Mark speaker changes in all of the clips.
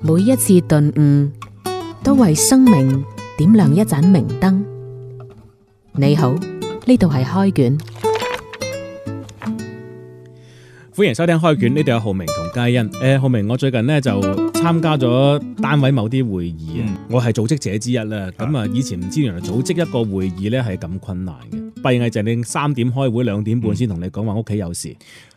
Speaker 1: 每一次頓悟，都為生命點亮一盞明燈。你好，呢度係開卷，
Speaker 2: 歡迎收聽開卷，呢度有浩明同佳欣。誒、浩明，我最近呢就參加咗單位某啲會議啊，我係組織者之一啦。咁啊，以前唔知原來組織一個會議呢係咁困難嘅，閉翳就係你三點開會，兩點半先同你講話屋企有事。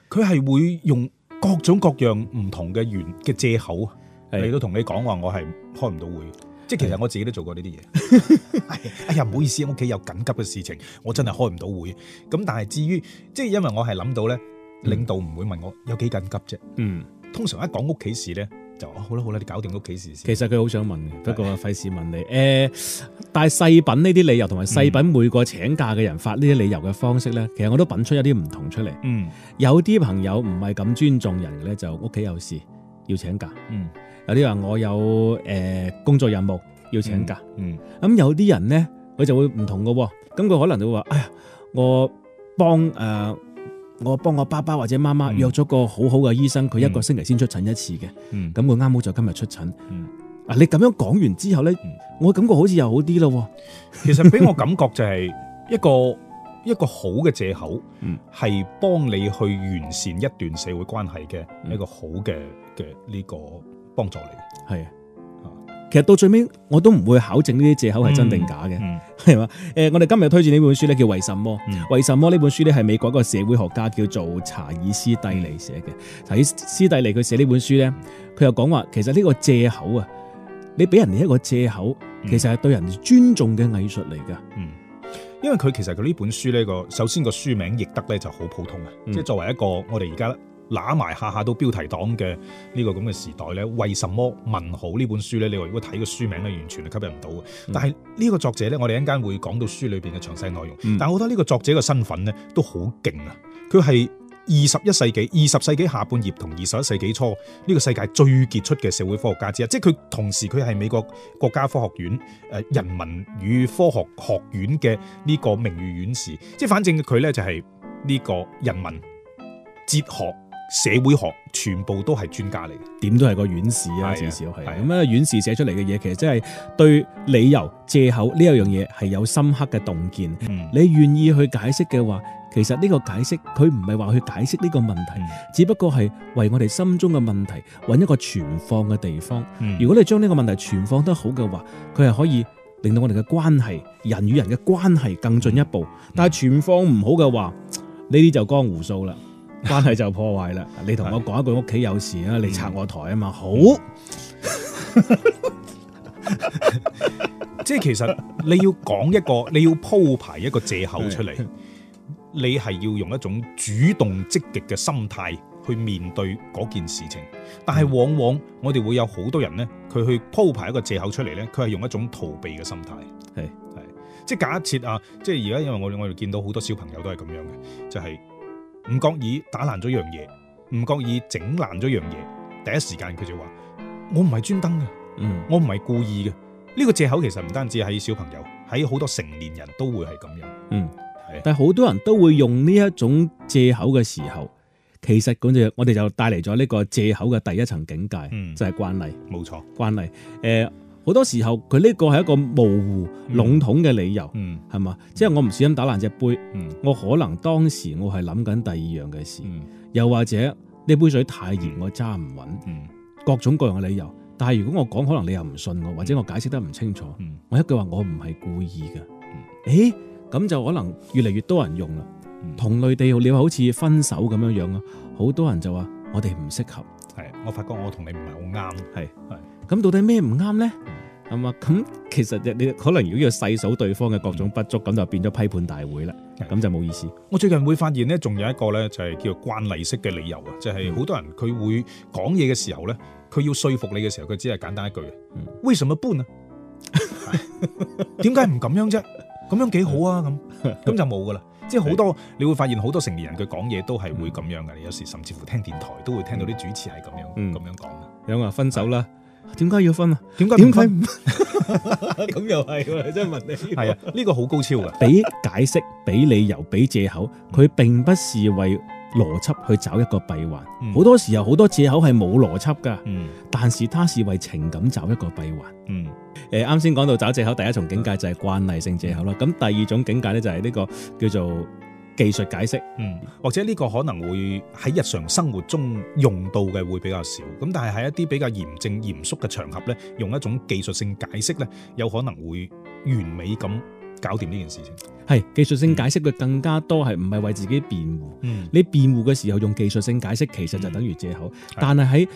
Speaker 3: 佢係會用各種各樣唔同嘅原嘅借口啊
Speaker 2: 係
Speaker 3: 嚟到同你講話，我係開唔到會。即係其實我自己都做過呢啲嘢。係 哎呀，唔好意思，屋企有緊急嘅事情，我真係開唔到會。咁但係至於即係因為我係諗到咧，
Speaker 2: 嗯
Speaker 3: 領導唔會問我有幾緊急啫。
Speaker 2: 嗯，
Speaker 3: 通常一講屋企事咧，就哦好啦好啦，你搞掂屋企事先。
Speaker 2: 其實佢好想問嘅，不過費事問你。誒、但係細品呢啲理由同埋細品每個請假嘅人發呢啲理由嘅方式呢，其實我都品出一啲唔同出嚟。
Speaker 3: 嗯
Speaker 2: 有啲朋友唔係咁尊重人嘅呢，就屋企有事要請假。
Speaker 3: 嗯
Speaker 2: 有啲話我有誒、呃工作任務要請假，
Speaker 3: 嗯
Speaker 2: 咁、有啲人咧佢就會唔同嘅喎，咁佢可能就會話：哎呀，我幫誒、呃我幫我爸爸或者媽媽
Speaker 3: 嗯
Speaker 2: 約咗個好好嘅醫生，佢一個
Speaker 3: 嗯
Speaker 2: 星期先出診一次嘅，
Speaker 3: 嗯
Speaker 2: 咁佢啱好就今日出診。
Speaker 3: 嗯
Speaker 2: 啊！你咁樣講完之後咧
Speaker 3: 嗯，
Speaker 2: 我感覺好似又好啲咯
Speaker 3: 其實俾我感覺就係一個 一個好嘅借口
Speaker 2: 嗯，
Speaker 3: 係幫你去完善一段社會關係嘅一個好嘅嘅呢個幫助嚟
Speaker 2: 喎。
Speaker 3: 嘅。
Speaker 2: 係啊，其實到最尾我都唔會考證呢啲藉口係真定假嘅，
Speaker 3: 嗯
Speaker 2: 係嘛？誒，我哋今日推薦呢本書咧叫《為什麼》。
Speaker 3: 嗯
Speaker 2: 為什麼呢本書呢？係美國一個社會學家叫做查爾斯蒂利寫嘅。查爾斯蒂利佢寫呢本書呢，佢又講話其實呢個借口啊，你俾人哋一個借口，
Speaker 3: 嗯
Speaker 2: 其實係對人尊重嘅藝術嚟噶。
Speaker 3: 嗯，因為佢其實佢呢本書呢個首先個書名譯得呢就好普通啊，
Speaker 2: 嗯
Speaker 3: 即係作為一個我哋而家揦埋下下都標題黨嘅呢個咁嘅時代呢，為什麼問號呢本書呢？你話如果睇個書名呢，完全係吸引唔到嘅。
Speaker 2: 嗯
Speaker 3: 但係呢個作者呢，我哋一陣間會講到書裏邊嘅詳細內容。
Speaker 2: 嗯
Speaker 3: 但我覺得呢個作者嘅身份呢都好勁啊！佢係二十一世紀、二十世紀下半葉同二十一世紀初呢、個世界最傑出嘅社會科學家之一，即係佢同時佢係美國國家科學院誒、呃人文與科學學院嘅呢個名譽院士，即係反正佢呢就係呢個人文、哲學、社會學全部都係專家嚟嘅。
Speaker 2: 點都係個院士
Speaker 3: 係
Speaker 2: 啊，
Speaker 3: 啊
Speaker 2: 至少係
Speaker 3: 係啊
Speaker 2: 咁啊。院士寫出嚟嘅嘢，其實真係對理由、借口呢一樣嘢係有深刻嘅洞見。
Speaker 3: 嗯，
Speaker 2: 你願意去解釋嘅話，其實呢個解釋佢唔係話去解釋呢個問
Speaker 3: 嗯
Speaker 2: 題，只不過係為我哋心中嘅問題揾一個存放嘅地方。
Speaker 3: 嗯
Speaker 2: 如果你將呢個問題存放得好嘅話，佢係可以令到我哋嘅關係，人與人嘅關係更進一步。
Speaker 3: 嗯
Speaker 2: 但係存放唔好嘅話，呢啲就江湖 數啦，關係就破壞啦。你同我講一句屋企有事啊，
Speaker 3: 嗯
Speaker 2: 你拆我台啊嘛，好，
Speaker 3: 即係其實你要講一個，你要鋪排一個借口出嚟，你係要用一種主動積極嘅心態去面對嗰件事情。但係往往我哋會有好多人呢，佢去鋪排一個借口出嚟呢，佢係用一種逃避嘅心態。
Speaker 2: 係
Speaker 3: 係，即係假設啊，即係而家因為我哋我哋見到好多小朋友都係咁樣嘅，就係唔覺意打爛咗樣嘢，唔覺意整爛咗樣嘢，第一時間佢就話：我唔係專登嘅。
Speaker 2: 嗯
Speaker 3: 我唔係故意嘅。呢、個個藉口其實唔單止喺小朋友，喺好多成年人都會係咁樣。
Speaker 2: 嗯
Speaker 3: 係。
Speaker 2: 但係好多人都會用呢一種借口嘅時候，其實嗰隻我哋就帶嚟咗呢個借口嘅第一層境界，
Speaker 3: 嗯
Speaker 2: 就係慣例。
Speaker 3: 冇錯，
Speaker 2: 關係。誒、好多時候佢呢個係一個模糊
Speaker 3: 嗯
Speaker 2: 籠統嘅理由，
Speaker 3: 嗯
Speaker 2: 係嘛、即係我唔小心打爛隻杯，
Speaker 3: 嗯
Speaker 2: 我可能當時我係諗緊第二樣嘅事，
Speaker 3: 嗯
Speaker 2: 又或者呢杯水太熱
Speaker 3: 嗯
Speaker 2: 我揸唔穩，
Speaker 3: 嗯
Speaker 2: 各種各樣嘅理由。但係如果我講，可能你又唔信我，或者我解釋得唔清楚，
Speaker 3: 嗯
Speaker 2: 我一句話我唔係故意嘅，誒咁就可能越嚟越多人用啦。
Speaker 3: 嗯
Speaker 2: 同類地，你話好似分手咁樣樣啊，好多人就話我哋唔適合。
Speaker 3: 係。我發覺我同你唔係好啱。
Speaker 2: 咁到底咩唔啱呢？係嘛？咁其實你可能如果要細數對方嘅各種不足，咁就變咗批判大會啦，
Speaker 3: 係
Speaker 2: 咁就冇意思。
Speaker 3: 我最近會發現呢，仲有一個呢，就係叫做慣例式嘅理由啊，就係、好多人佢會講嘢嘅時候呢，佢要說服你嘅時候，佢只係簡單一句：
Speaker 2: 嗯
Speaker 3: 為什麼 搬啊？點解唔咁樣啫？咁樣幾好啊？ 咁咁就冇噶啦。即係好多，你會發現好多成年人佢講嘢都係會咁樣嘅。有時甚至乎聽電台都會聽到啲主持係咁樣咁、
Speaker 2: 嗯
Speaker 3: 樣講嘅。
Speaker 2: 有啊，分手啦，點解要分啊？
Speaker 3: 點解
Speaker 2: 點
Speaker 3: 唔
Speaker 2: 解
Speaker 3: 分？
Speaker 2: 唔 咁又係喎？真係問你
Speaker 3: 係啊，呢、個好高超噶。
Speaker 2: 嗯俾解釋、俾理由、俾借口，佢並不是為邏輯去找一個閉環。好、
Speaker 3: 嗯
Speaker 2: 多時候好多借口係冇邏輯㗎，
Speaker 3: 嗯
Speaker 2: 但是它是為情感找一個閉環。
Speaker 3: 嗯
Speaker 2: 誒啱先講到找借口，第一重境界就係慣例性借口啦。咁第二種境界咧就係呢個叫做技術解釋。
Speaker 3: 嗯，或者呢個可能會喺日常生活中用到嘅會比較少，咁但係喺一啲比較嚴正嚴肅嘅場合呢，用一種技術性解釋呢，有可能會完美咁搞掂呢件事情。
Speaker 2: 係技術性解釋，佢更加多係唔係為自己辯護？
Speaker 3: 嗯
Speaker 2: 你辯護嘅時候用技術性解釋，其實就等於借口。但係喺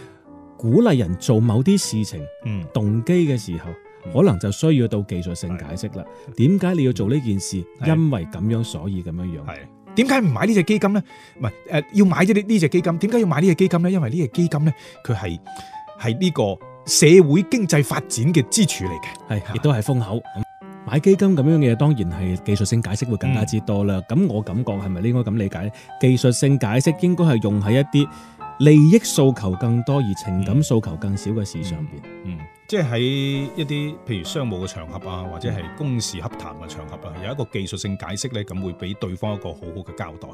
Speaker 2: 鼓勵人做某啲事情
Speaker 3: 嗯
Speaker 2: 動機嘅時候，
Speaker 3: 嗯
Speaker 2: 可能就需要到技術性解釋啦。點解你要做呢件事？
Speaker 3: 係
Speaker 2: 因為咁樣，所以咁樣樣。
Speaker 3: 係。點解唔買呢只基金呢？唔係誒，要買呢呢只基金。點解要買呢只基金呢？因為呢只基金呢，佢係係呢個社會經濟發展嘅支柱嚟嘅。
Speaker 2: 係，亦都係封口。咁買基金咁樣嘅嘢，當然係技術性解釋會更加之多啦。咁、我感覺係咪應該咁理解呢？技術性解釋應該係用喺一啲利益訴求更多而情感訴求更少嘅事上邊。
Speaker 3: 嗯，即係喺一啲譬如商務嘅場合啊，或者係公事洽談嘅場合啊，有一個技術性解釋呢，咁會俾對方一個好好嘅交代，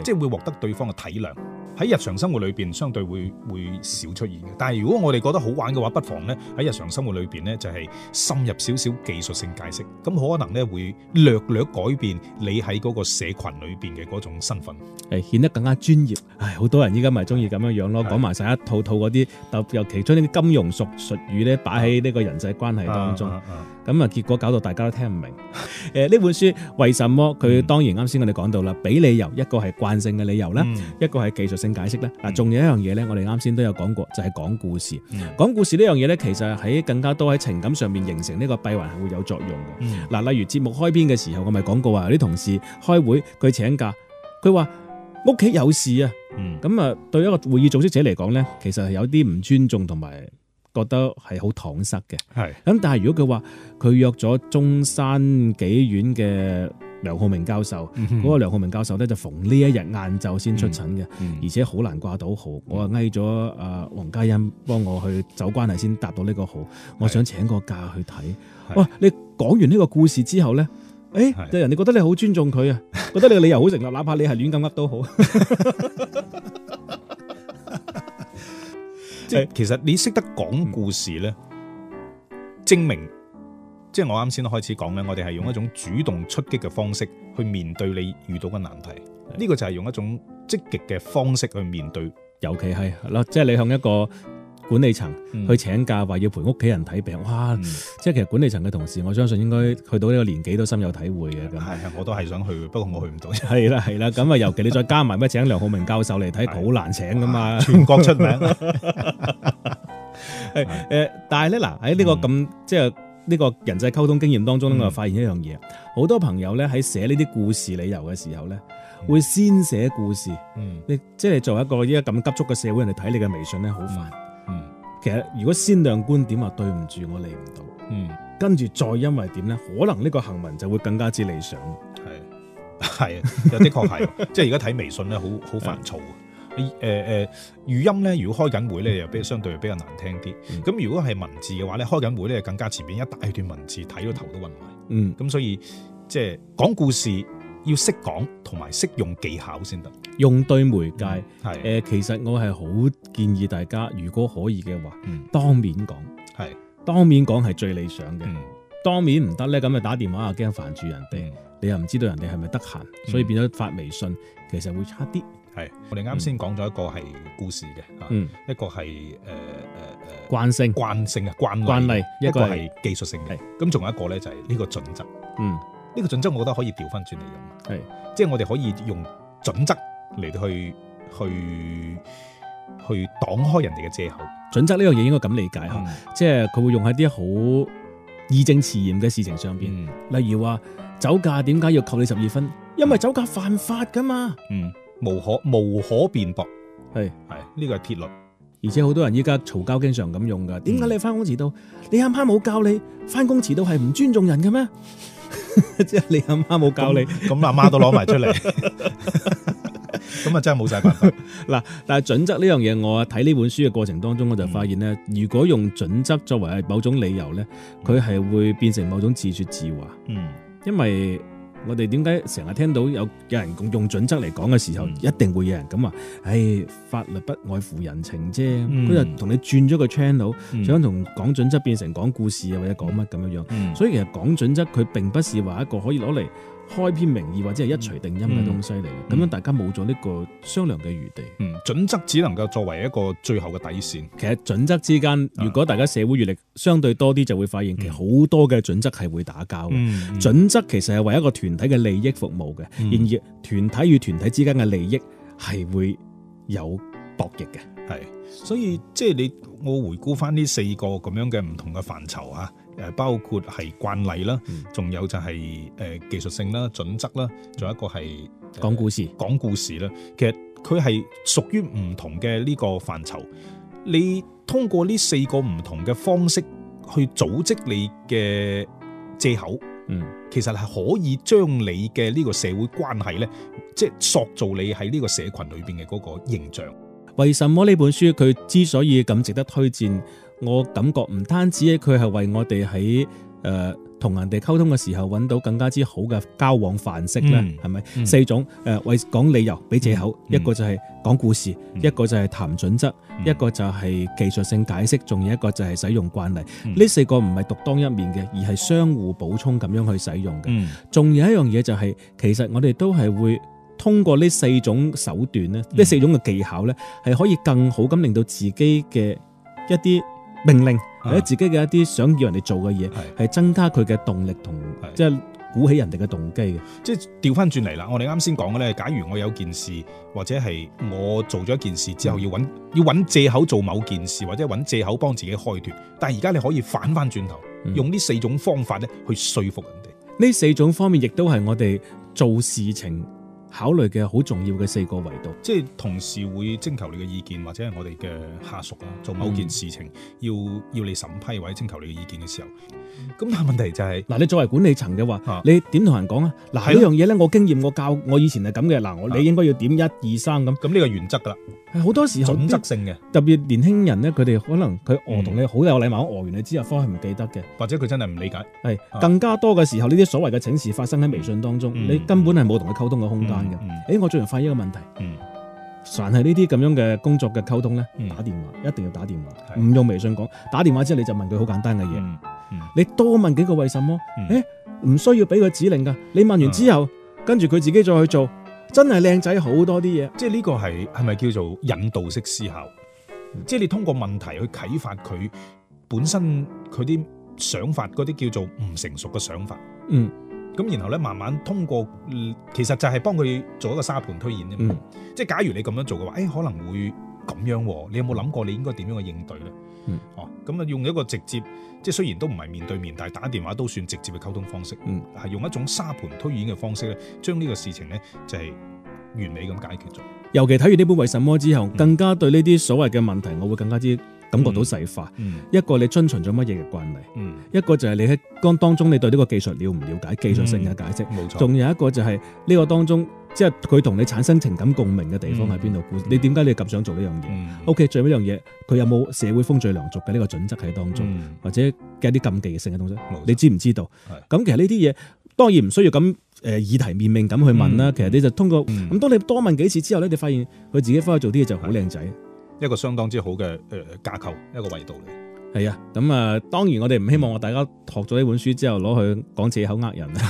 Speaker 2: 係
Speaker 3: 即係會獲得對方嘅體諒。喺日常生活裏邊，相對會會少出現嘅。但係如果我哋覺得好玩嘅話，不妨呢喺日常生活裏邊呢，就係、深入少少技術性解釋，咁可能呢會略略改變你喺嗰個社群裏邊嘅嗰種身份。
Speaker 2: 誒顯得更加專業。唉，好多人依家咪中意咁樣樣咯，
Speaker 3: 係
Speaker 2: 講埋晒一套套嗰啲，特尤其將啲金融術術語咧擺喺呢個人際關係當中，咁
Speaker 3: 啊
Speaker 2: 啊
Speaker 3: 啊啊
Speaker 2: 結果搞到大家都聽唔明。 誒呢本書為什麼佢
Speaker 3: 嗯
Speaker 2: 當然啱先我哋講到啦，俾理由一個係慣性嘅理由啦，
Speaker 3: 嗯
Speaker 2: 一個係技術性解釋啦。嗱，
Speaker 3: 嗯
Speaker 2: 仲有一樣嘢咧，我哋啱先都有講過，就係講故事。
Speaker 3: 嗯
Speaker 2: 講故事呢樣嘢咧，其實喺更加多喺情感上面形成呢個閉環係會有作用嘅。
Speaker 3: 嗯
Speaker 2: 嗱，例如節目開篇嘅時候，我咪講過話，有啲同事開會佢請假，佢話屋企有事啊，
Speaker 3: 嗯
Speaker 2: 咁啊對一個會議組織者嚟講呢，其實係有啲唔尊重同埋覺得係好搪塞嘅。
Speaker 3: 係
Speaker 2: 咁但係如果佢話佢約咗中山幾院嘅梁浩明教授，嗰、個梁浩明教授呢，就逢呢一日晏晝先出診嘅。
Speaker 3: 嗯
Speaker 2: 而且好難掛到號，我啊嗌咗阿黃嘉欣幫我去走關係先搭到呢個號，我想請個假去睇。
Speaker 3: 係
Speaker 2: 哇！你講完呢個故事之後呢，誒、
Speaker 3: 係
Speaker 2: 人哋覺得你好尊重佢 啊，覺得你嘅理由好成立，哪怕你係亂咁噏都好。
Speaker 3: 即係其實你識得講故事咧，證明即係我啱先開始講咧，我哋係用一種主動出擊嘅方式去面對你遇到嘅難題。
Speaker 2: 係
Speaker 3: 呢個就係用一種積極嘅方式去面對。
Speaker 2: 尤其係嗱，即係你向一個管理層
Speaker 3: 嗯
Speaker 2: 去請假，話要陪屋企人睇病，哇！
Speaker 3: 嗯
Speaker 2: 即係其實管理層嘅同事，我相信應該去到呢個年紀都深有體會嘅咁。
Speaker 3: 係係我都係想去，不過我去唔 到。
Speaker 2: 係啦係啦，咁啊，尤其你再加埋咩請梁浩明教授嚟睇，
Speaker 3: 係
Speaker 2: 好難請噶嘛。
Speaker 3: 全國出名，
Speaker 2: 诶、呃但係咧嗱，喺呢個咁、即係呢個人際溝通經驗當中咧，
Speaker 3: 嗯
Speaker 2: 我又發現一樣嘢，好、多朋友咧喺寫呢啲故事理由嘅時候咧，
Speaker 3: 嗯
Speaker 2: 會先寫故事。
Speaker 3: 嗯
Speaker 2: 你即係作為一個依家咁急促嘅社會，人哋睇你嘅微信咧好煩。
Speaker 3: 嗯
Speaker 2: 其實如果先亮觀點話對唔住我嚟唔到，
Speaker 3: 嗯，
Speaker 2: 跟住再因為點咧，可能呢個行文就會更加之理想。
Speaker 3: 係 係啊，又的 確係，即係而家睇微信咧，好
Speaker 2: 嗯
Speaker 3: 好煩躁啊。你誒誒語音咧，如果開緊會咧，又比相對比較難聽啲
Speaker 2: 嗯。
Speaker 3: 咁、如果係文字嘅話咧，開緊會咧更加前面一大段文字，睇到頭都暈埋。
Speaker 2: 嗯，
Speaker 3: 咁所以即係講故事要識講同埋識用技巧先得。
Speaker 2: 用對媒介。
Speaker 3: 嗯
Speaker 2: 誒、
Speaker 3: 係
Speaker 2: 其實我係好建議大家，如果可以嘅話，
Speaker 3: 嗯
Speaker 2: 當面講，
Speaker 3: 係
Speaker 2: 當面講係最理想嘅。
Speaker 3: 嗯
Speaker 2: 當面唔得咧，咁咪打電話又驚煩住人哋，
Speaker 3: 嗯
Speaker 2: 你又唔知道人哋係咪得閒，所以變咗發微信，其實會差啲。
Speaker 3: 係。我哋啱先講咗一個係故事嘅嚇，
Speaker 2: 嗯，
Speaker 3: 一個係誒誒呃
Speaker 2: 慣性
Speaker 3: 誒慣性嘅慣例，
Speaker 2: 慣例，
Speaker 3: 一
Speaker 2: 一
Speaker 3: 個
Speaker 2: 個係
Speaker 3: 係技術性嘅
Speaker 2: 係。
Speaker 3: 咁仲有一個咧就係呢個準則。呢、
Speaker 2: 嗯
Speaker 3: 個準則我覺得可以調翻轉嚟用，
Speaker 2: 係
Speaker 3: 即係我哋可以用準則嚟到去去去擋開人哋嘅借口。啊
Speaker 2: 準則呢樣嘢應該咁理解
Speaker 3: 嗯
Speaker 2: 嚇，即係佢會用喺啲好義正詞嚴嘅事情上邊，
Speaker 3: 嗯
Speaker 2: 例如話酒駕點解要扣你十二分？因為酒駕犯法㗎嘛。
Speaker 3: 嗯，無可無可辯駁，
Speaker 2: 係，
Speaker 3: 係呢個係鐵律。
Speaker 2: 而且好多人依家嘈交經常咁用㗎。點解你翻工遲到？你阿媽冇教你翻工遲到係唔尊重人嘅咩？ 即係你阿媽冇教你。
Speaker 3: 咁阿媽都攞埋出嚟， 咁啊真係冇晒辦法。
Speaker 2: 但係準則呢樣嘢，我睇呢本書嘅過程當中，我就發現呢，
Speaker 3: 嗯
Speaker 2: 如果用準則作為某種理由呢，佢係會變成某種自説自話，
Speaker 3: 嗯
Speaker 2: 因為我哋點解成日聽到有有人用用準則嚟講嘅時候，
Speaker 3: 嗯
Speaker 2: 一定會有人咁話：，唉，法律不外乎人情啫。
Speaker 3: 嗯
Speaker 2: 佢就同你轉咗個 channel，
Speaker 3: 嗯
Speaker 2: 想同講準則變成講故事啊，或者講乜咁樣樣。
Speaker 3: 嗯
Speaker 2: 所以其實講準則佢並不是話一個可以攞嚟開篇名義或者係一錘定音嘅東西嚟嘅，咁、
Speaker 3: 嗯
Speaker 2: 樣大家冇咗呢個商量嘅餘地。
Speaker 3: 嗯，準則只能夠作為一個最後嘅底線。
Speaker 2: 其實準則之間，
Speaker 3: 啊
Speaker 2: 如果大家社會閲歷相對多啲，就會發現其實好多嘅準則係會打交嘅。
Speaker 3: 嗯
Speaker 2: 啊準則其實係為一個團體嘅利益服務嘅，
Speaker 3: 嗯
Speaker 2: 然而團體與團體之間嘅利益係會有博弈嘅。
Speaker 3: 係，所以即係你我回顧翻呢四個咁樣嘅唔同嘅範疇啊，誒包括係慣例啦
Speaker 2: 嗯，
Speaker 3: 仲有就係、誒、技術性啦、準則啦，仲有一個係誒
Speaker 2: 講故事，
Speaker 3: 講故事啦。其實佢係屬於唔同嘅呢個範疇。你通過呢四個唔同嘅方式去組織你嘅藉口，
Speaker 2: 嗯，
Speaker 3: 其實係可以將你嘅呢個社會關係呢，即係塑造你喺呢個社群裏邊嘅嗰個形象。
Speaker 2: 為什麼呢本書佢之所以咁值得推薦？我感覺唔單止佢係為我哋喺誒同人哋溝通嘅時候揾到更加之好嘅交往範式咧
Speaker 3: 嗯，
Speaker 2: 係咪、
Speaker 3: 嗯
Speaker 2: 四種誒、呃為講理由俾藉口，
Speaker 3: 嗯
Speaker 2: 一個就係講故事，
Speaker 3: 嗯
Speaker 2: 一個就係談準則，
Speaker 3: 嗯
Speaker 2: 一個就係技術性解釋，仲有一個就係使用慣例。
Speaker 3: 嗯
Speaker 2: 呢、四個唔係獨當一面嘅，而係相互補充咁樣去使用嘅。
Speaker 3: 嗯
Speaker 2: 仲有一樣嘢就係、其實我哋都係會通過呢四種手段咧，呢、
Speaker 3: 嗯
Speaker 2: 四種嘅技巧咧，係可以更好咁令到自己嘅一啲命令或
Speaker 3: 啊
Speaker 2: 者自己嘅一啲想要人哋做嘅嘢，
Speaker 3: 係
Speaker 2: 係增加佢嘅動力同
Speaker 3: 係
Speaker 2: 即係鼓起人哋嘅動機嘅。
Speaker 3: 即係調翻轉嚟啦，我哋啱先講嘅咧，假如我有件事，或者係我做咗一件事之後，要揾要揾藉口做某件事，或者揾藉口幫自己開脱。但係而家你可以反翻轉頭，
Speaker 2: 嗯
Speaker 3: 用呢四種方法咧去說服人哋。
Speaker 2: 呢四種方面亦都係我哋做事情考慮嘅好重要嘅四個維度。
Speaker 3: 即係同事會徵求你嘅意見，或者係我哋嘅下屬啊，做某件事
Speaker 2: 嗯
Speaker 3: 情、要要你審批或者徵求你嘅意見嘅時候，咁但係問題就係、
Speaker 2: 嗱，你作為管理層嘅話，
Speaker 3: 啊
Speaker 2: 你點同人講啊？嗱，
Speaker 3: 係
Speaker 2: 呢
Speaker 3: 咯
Speaker 2: 樣嘢咧，我經驗我教我以前係咁嘅。嗱，我
Speaker 3: 啊
Speaker 2: 你應該要點一二三咁。
Speaker 3: 咁呢個原則㗎啦，
Speaker 2: 係好多時候
Speaker 3: 準
Speaker 2: 啲
Speaker 3: 則性嘅，
Speaker 2: 特別年輕人咧，佢哋可能佢
Speaker 3: 嗯
Speaker 2: 餓同你好有禮貌，哦餓完你之後翻去唔記得嘅，
Speaker 3: 或者佢真係唔理解。
Speaker 2: 係
Speaker 3: 啊
Speaker 2: 更加多嘅時候，呢啲所謂嘅請示發生喺微信當中，
Speaker 3: 嗯
Speaker 2: 你根本係冇同佢溝通嘅空間嘅。誒、
Speaker 3: 嗯
Speaker 2: 我最近發現一個問題，
Speaker 3: 嗯
Speaker 2: 凡係呢啲咁樣嘅工作嘅溝通咧，
Speaker 3: 嗯
Speaker 2: 打電話一定要打電話，
Speaker 3: 係
Speaker 2: 唔用微信講，打電話之後你就問佢好簡單嘅嘢，
Speaker 3: 嗯嗯
Speaker 2: 你多問幾個為什麼，
Speaker 3: 嗯
Speaker 2: 誒唔需要俾佢指令㗎，你問完之後，跟住佢自己再去做，真係靚仔好多啲嘢。
Speaker 3: 即係呢個係係咪叫做引導式思考？即係你通過問題去啟發佢本身佢啲想法，嗰啲叫做唔成熟嘅想法。
Speaker 2: 嗯
Speaker 3: 咁然後咧，慢慢通過，嗯其實就係幫佢做一個沙盤推演啫嘛。
Speaker 2: 嗯
Speaker 3: 即係假如你咁樣做嘅話，誒、哎可能會咁樣喎、你有冇諗過你應該點樣去應對咧？
Speaker 2: 嗯
Speaker 3: 哦，咁啊，用一個直接，即係雖然都唔係面對面，但係打電話都算直接嘅溝通方式。
Speaker 2: 嗯，
Speaker 3: 係用一種沙盤推演嘅方式咧，將呢個事情咧就係、完美咁解決咗。
Speaker 2: 尤其睇完呢本《為什麼》之後，
Speaker 3: 嗯
Speaker 2: 更加對呢啲所謂嘅問題，我會更加之感覺到細化。
Speaker 3: 嗯
Speaker 2: 一個你遵循咗乜嘢嘅慣例，
Speaker 3: 嗯。
Speaker 2: 一個就係你喺當當中你對呢個技術了唔了解，技術性嘅解釋，
Speaker 3: 嗯冇錯，
Speaker 2: 仲、有一個就係呢個當中，即係佢同你產生情感共鳴嘅地方喺邊度？故你點解你咁想做呢樣嘢
Speaker 3: 嗯
Speaker 2: ？OK，最尾一樣嘢，佢有冇社會風序良俗嘅呢個準則喺當中，
Speaker 3: 嗯
Speaker 2: 或者嘅一啲禁忌性嘅東西
Speaker 3: 冇錯，
Speaker 2: 你知唔知道？咁其實呢啲嘢當然唔需要咁誒議題面命咁去問啦。
Speaker 3: 嗯
Speaker 2: 其實你就通過
Speaker 3: 嗯
Speaker 2: 咁，當你多問幾次之後咧，你發現佢自己翻去做啲嘢就好靚仔。
Speaker 3: 一個相當之好嘅誒架構，一個維度嚟。
Speaker 2: 係啊，咁啊，當然我哋唔希望我大家學咗呢本書之後攞去講借口呃人啊。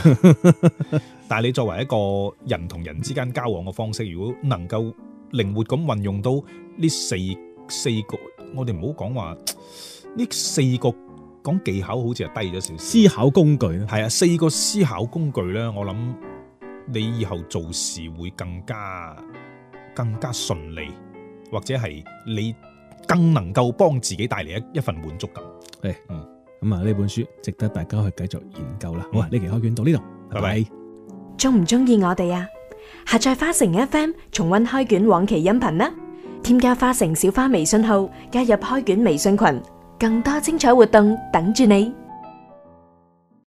Speaker 3: 但係你作為一個人同人之間交往嘅方式，如果能夠靈活咁運用到呢四四個，我哋唔好講話呢四個講技巧，好似係低咗少少。
Speaker 2: 思考工具咧，
Speaker 3: 係啊，四個思考工具咧，我諗你以後做事會更加更加順利，或者係你更能夠幫自己帶嚟一一份滿足感。
Speaker 2: 咁啊呢本書值得大家去繼續研究啦。好啊，
Speaker 3: 嗯
Speaker 2: 呢期開卷到呢度，
Speaker 3: 拜拜
Speaker 2: 拜拜
Speaker 4: 中唔中意我哋啊？下載花城 FM 重温開卷往期音頻啦！添加花城小花微信號，加入開卷微信群，更多精彩活動等住你。